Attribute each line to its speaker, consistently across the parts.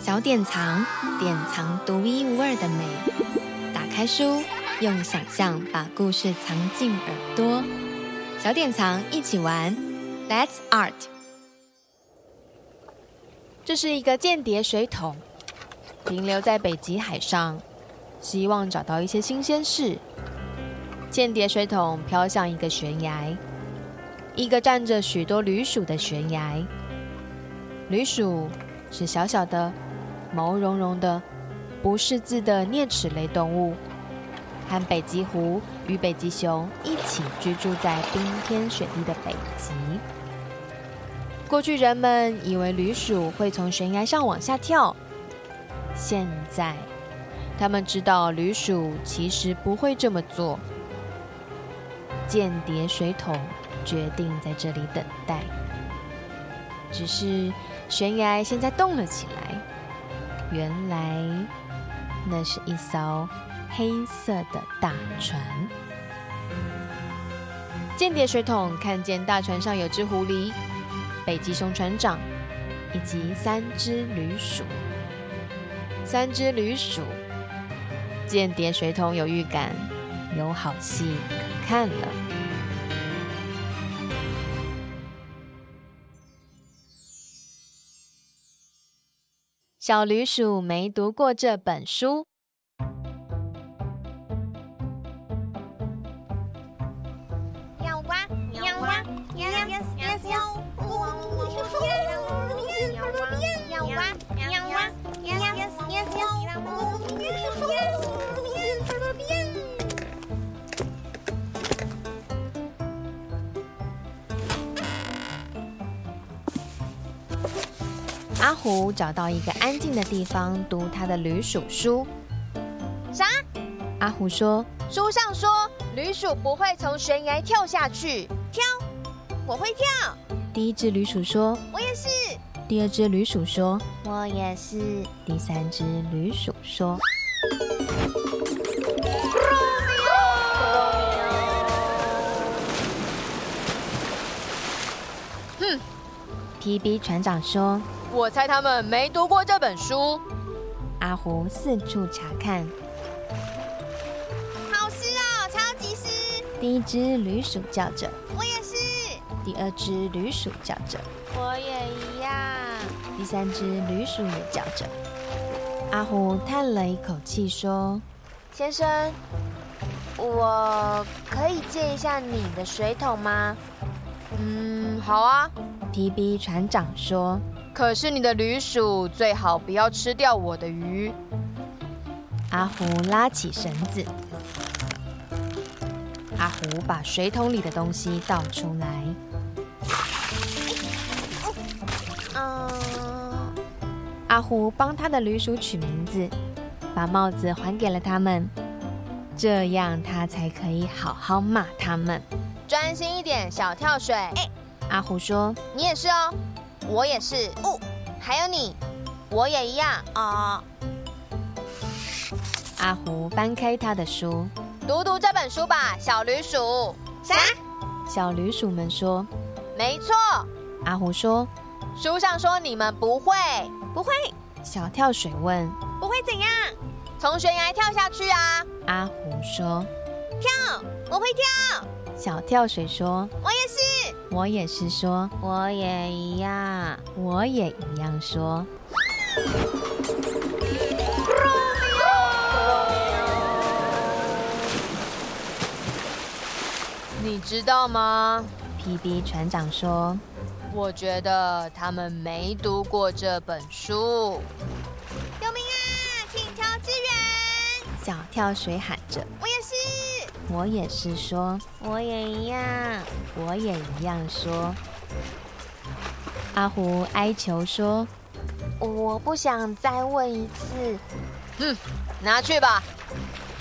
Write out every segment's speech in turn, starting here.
Speaker 1: 小典藏，典藏独一无二的美。打开书，用想象把故事藏进耳朵。小典藏一起玩，Let's Art。
Speaker 2: 这是一个间谍水桶，停留在北极海上，希望找到一些新鲜事。间谍水桶飘向一个悬崖，一个站着许多旅鼠的悬崖。旅鼠是小小的、毛茸茸的、不识字的啮齿类动物，和北极狐与北极熊一起居住在冰天雪地的北极。过去人们以为旅鼠会从悬崖上往下跳，现在他们知道旅鼠其实不会这么做。间谍水桶决定在这里等待，只是悬崖现在动了起来，原来那是一艘黑色的大船。间谍水桶看见大船上有只狐狸。北极熊船长以及三只旅鼠，三只旅鼠，间谍水桶有预感，有好戏可看了。小旅鼠没读过这本书，
Speaker 3: 喵哇喵哇喵喵喵喵。
Speaker 2: 阿虎找到一个安静的地方读他的旅鼠书。
Speaker 4: 啥？
Speaker 2: 阿虎说
Speaker 4: 书上说旅鼠不会从悬崖跳下去。
Speaker 3: 跳，我会跳。
Speaker 2: 第一只旅鼠说：“
Speaker 3: 我也是。”
Speaker 2: 第二只旅鼠说：“
Speaker 5: 我也是。”
Speaker 2: 第三只旅鼠说：“
Speaker 4: 哼
Speaker 2: ！”P B 船长说：“
Speaker 4: 我猜他们没读过这本书。”
Speaker 2: 阿胡四处查看，
Speaker 3: 好湿哦，超级湿！
Speaker 2: 第一只旅鼠叫着：“
Speaker 3: 我也是。”
Speaker 2: 第二只旅鼠叫着。
Speaker 5: 我也一样。
Speaker 2: 第三只旅鼠也叫着。阿虎叹了一口气说：“
Speaker 5: 先生，我可以借一下你的水桶吗？”“
Speaker 4: 嗯，好啊。
Speaker 2: ”P B 船长说。
Speaker 4: “可是你的旅鼠最好不要吃掉我的鱼。”
Speaker 2: 阿虎拉起绳子。阿虎把水桶里的东西倒出来。
Speaker 5: 嗯，
Speaker 2: 阿胡帮他的旅鼠取名字，把帽子还给了他们，这样他才可以好好骂他们。
Speaker 4: 专心一点，小跳水。哎，
Speaker 2: 阿胡说：“
Speaker 4: 你也是哦，我也是。哦，还有你，我也一样哦。”
Speaker 2: 阿胡翻开他的书，
Speaker 4: 读读这本书吧，小旅鼠。
Speaker 3: 啥？
Speaker 2: 小旅鼠们说：“
Speaker 4: 没错。”
Speaker 2: 阿胡说。
Speaker 4: 书上说你们不会，
Speaker 3: 不会。
Speaker 2: 小跳水问：“
Speaker 3: 不会怎样？
Speaker 4: 从悬崖跳下去啊？”
Speaker 2: 阿虎说：“
Speaker 3: 跳，我会跳。”
Speaker 2: 小跳水说：“
Speaker 3: 我也是。”
Speaker 2: 我也是说：“
Speaker 5: 我也一样。”
Speaker 2: 我也一样说。
Speaker 4: 你知道吗
Speaker 2: ？P.B. 船长说。
Speaker 4: 我觉得他们没读过这本书。
Speaker 3: 救命啊！请求支援！
Speaker 2: 小跳水喊着。
Speaker 3: 我也是。
Speaker 2: 我也是说。
Speaker 5: 我也一样。
Speaker 2: 我也一样说。阿胡哀求说：“
Speaker 5: 我不想再问一次。”
Speaker 4: 嗯，拿去吧。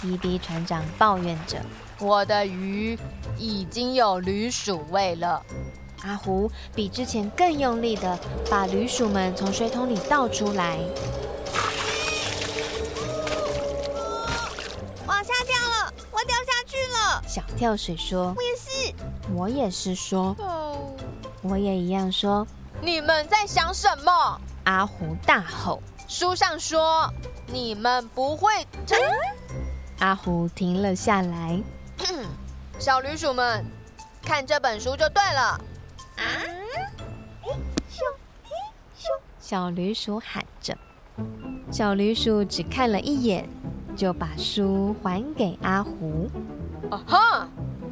Speaker 2: P.B. 船长抱怨着：“
Speaker 4: 我的鱼已经有驴鼠味了。”
Speaker 2: 阿胡比之前更用力的把驴鼠们从水桶里倒出来，
Speaker 3: 往下掉了，我掉下去了。
Speaker 2: 小跳水说：“
Speaker 3: 我也是。”
Speaker 2: 我也是说：“
Speaker 4: 哦，
Speaker 2: 我也一样说。”
Speaker 4: 你们在想什么？
Speaker 2: 阿胡大吼：“
Speaker 4: 书上说你们不会吞。
Speaker 3: 嗯
Speaker 2: 阿胡停了下来。
Speaker 4: 小驴鼠们，看这本书就对了。
Speaker 2: 小驴鼠喊着。小驴鼠只看了一眼，就把书还给阿胡。
Speaker 3: 哦
Speaker 4: 啊哈，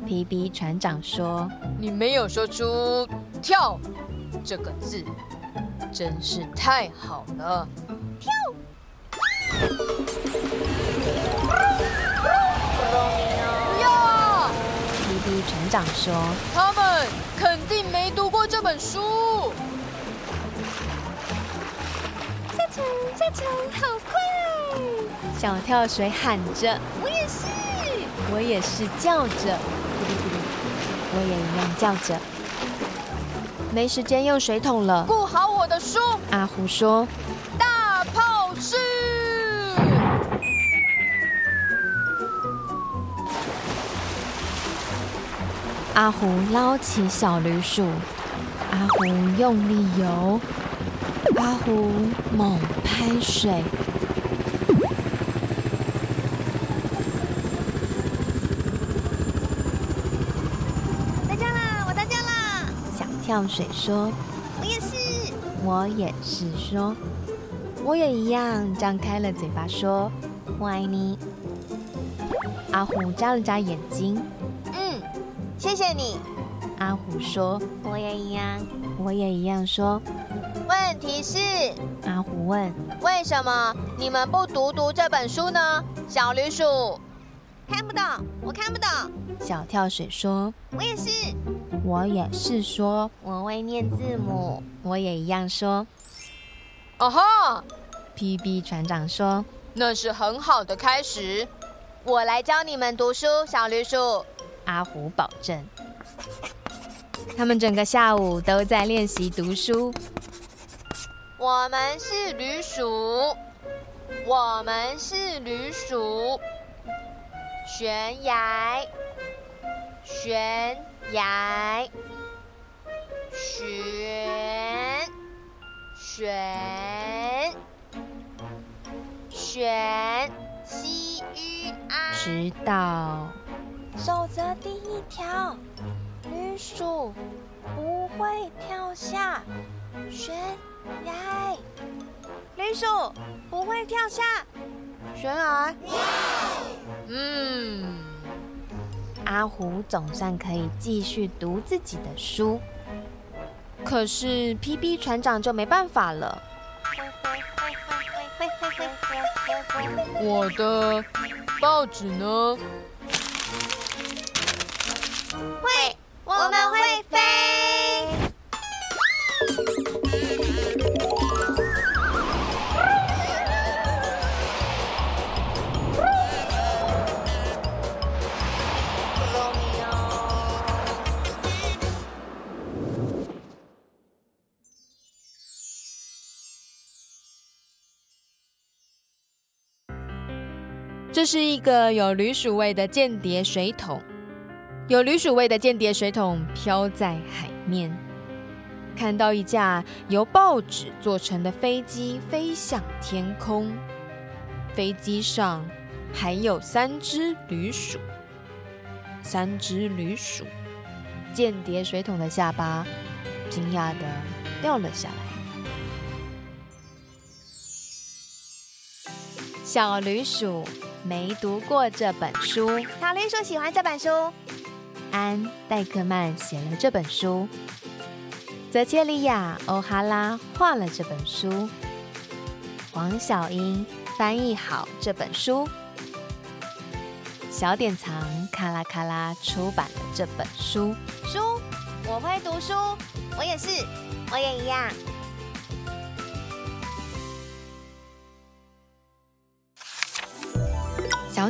Speaker 2: 皮皮船长说
Speaker 4: 你没有说出“跳”这个字，真是太好了。跳。呀，
Speaker 2: 皮皮船长说，
Speaker 4: 他们肯定没读过这本书。
Speaker 3: 下船，下船，好快！
Speaker 2: 小跳水喊着，
Speaker 3: 我也是，
Speaker 2: 我也是叫着，咕噜咕噜，我也一样叫着。没时间用水桶了，
Speaker 4: 顾好我的书，
Speaker 2: 阿胡说。
Speaker 4: 大炮师。
Speaker 2: 阿胡捞起小驴鼠，阿胡用力游，阿胡猛拍水，
Speaker 3: 到家啦，我到家啦，
Speaker 2: 小跳水说
Speaker 3: 我也是。：“
Speaker 2: 我也是说，我也一样。”张开了嘴巴说：“我爱你。”阿胡眨了眨眼睛，
Speaker 4: 嗯，谢谢你。
Speaker 2: 阿胡说
Speaker 4: 我也一样。：“
Speaker 2: 我也一样说。
Speaker 4: 问题是，”
Speaker 2: 阿胡问
Speaker 4: 为什么你们不读读这本书呢？小驴鼠，
Speaker 3: 看不懂，我看不懂，
Speaker 2: 小跳水说
Speaker 3: 我也是。：“
Speaker 2: 我也是说，
Speaker 5: 我会念字母，
Speaker 2: 我也一样说。
Speaker 4: 哦吼，
Speaker 2: ”P B 船长说。
Speaker 4: 那是很好的开始。我来教你们读书，小驴鼠。
Speaker 2: 阿虎保证。他们整个下午都在练习读书。
Speaker 4: 我们是驴鼠，我们是驴鼠。悬崖，悬崖，悬，悬，悬，西域啊！
Speaker 2: 直到
Speaker 5: 守则第一条，女鼠不会跳下悬崖。
Speaker 3: 绿鼠不会跳下，
Speaker 5: 悬崖。
Speaker 4: 嗯，
Speaker 2: 阿虎总算可以继续读自己的书，可是 P B 船长就没办法了。
Speaker 4: 我的报纸呢？
Speaker 3: 会，我们会飞。
Speaker 2: 这是一个有驴鼠味的间谍水桶，有驴鼠味的间谍水桶飘在海面。看到一架由报纸做成的飞机飞向天空，飞机上还有三只驴鼠，三只驴鼠。间谍水桶的下巴惊讶的掉了下来。小驴鼠没读过这本书，
Speaker 3: 小绿鼠喜欢这本书。
Speaker 2: 安·戴克曼写了这本书，泽切利亚·欧哈拉画了这本书，黄小英翻译好这本书，小典藏咔啦咔啦出版了这本书。
Speaker 3: 书，我会读书，我也是，我也一样。
Speaker 1: 小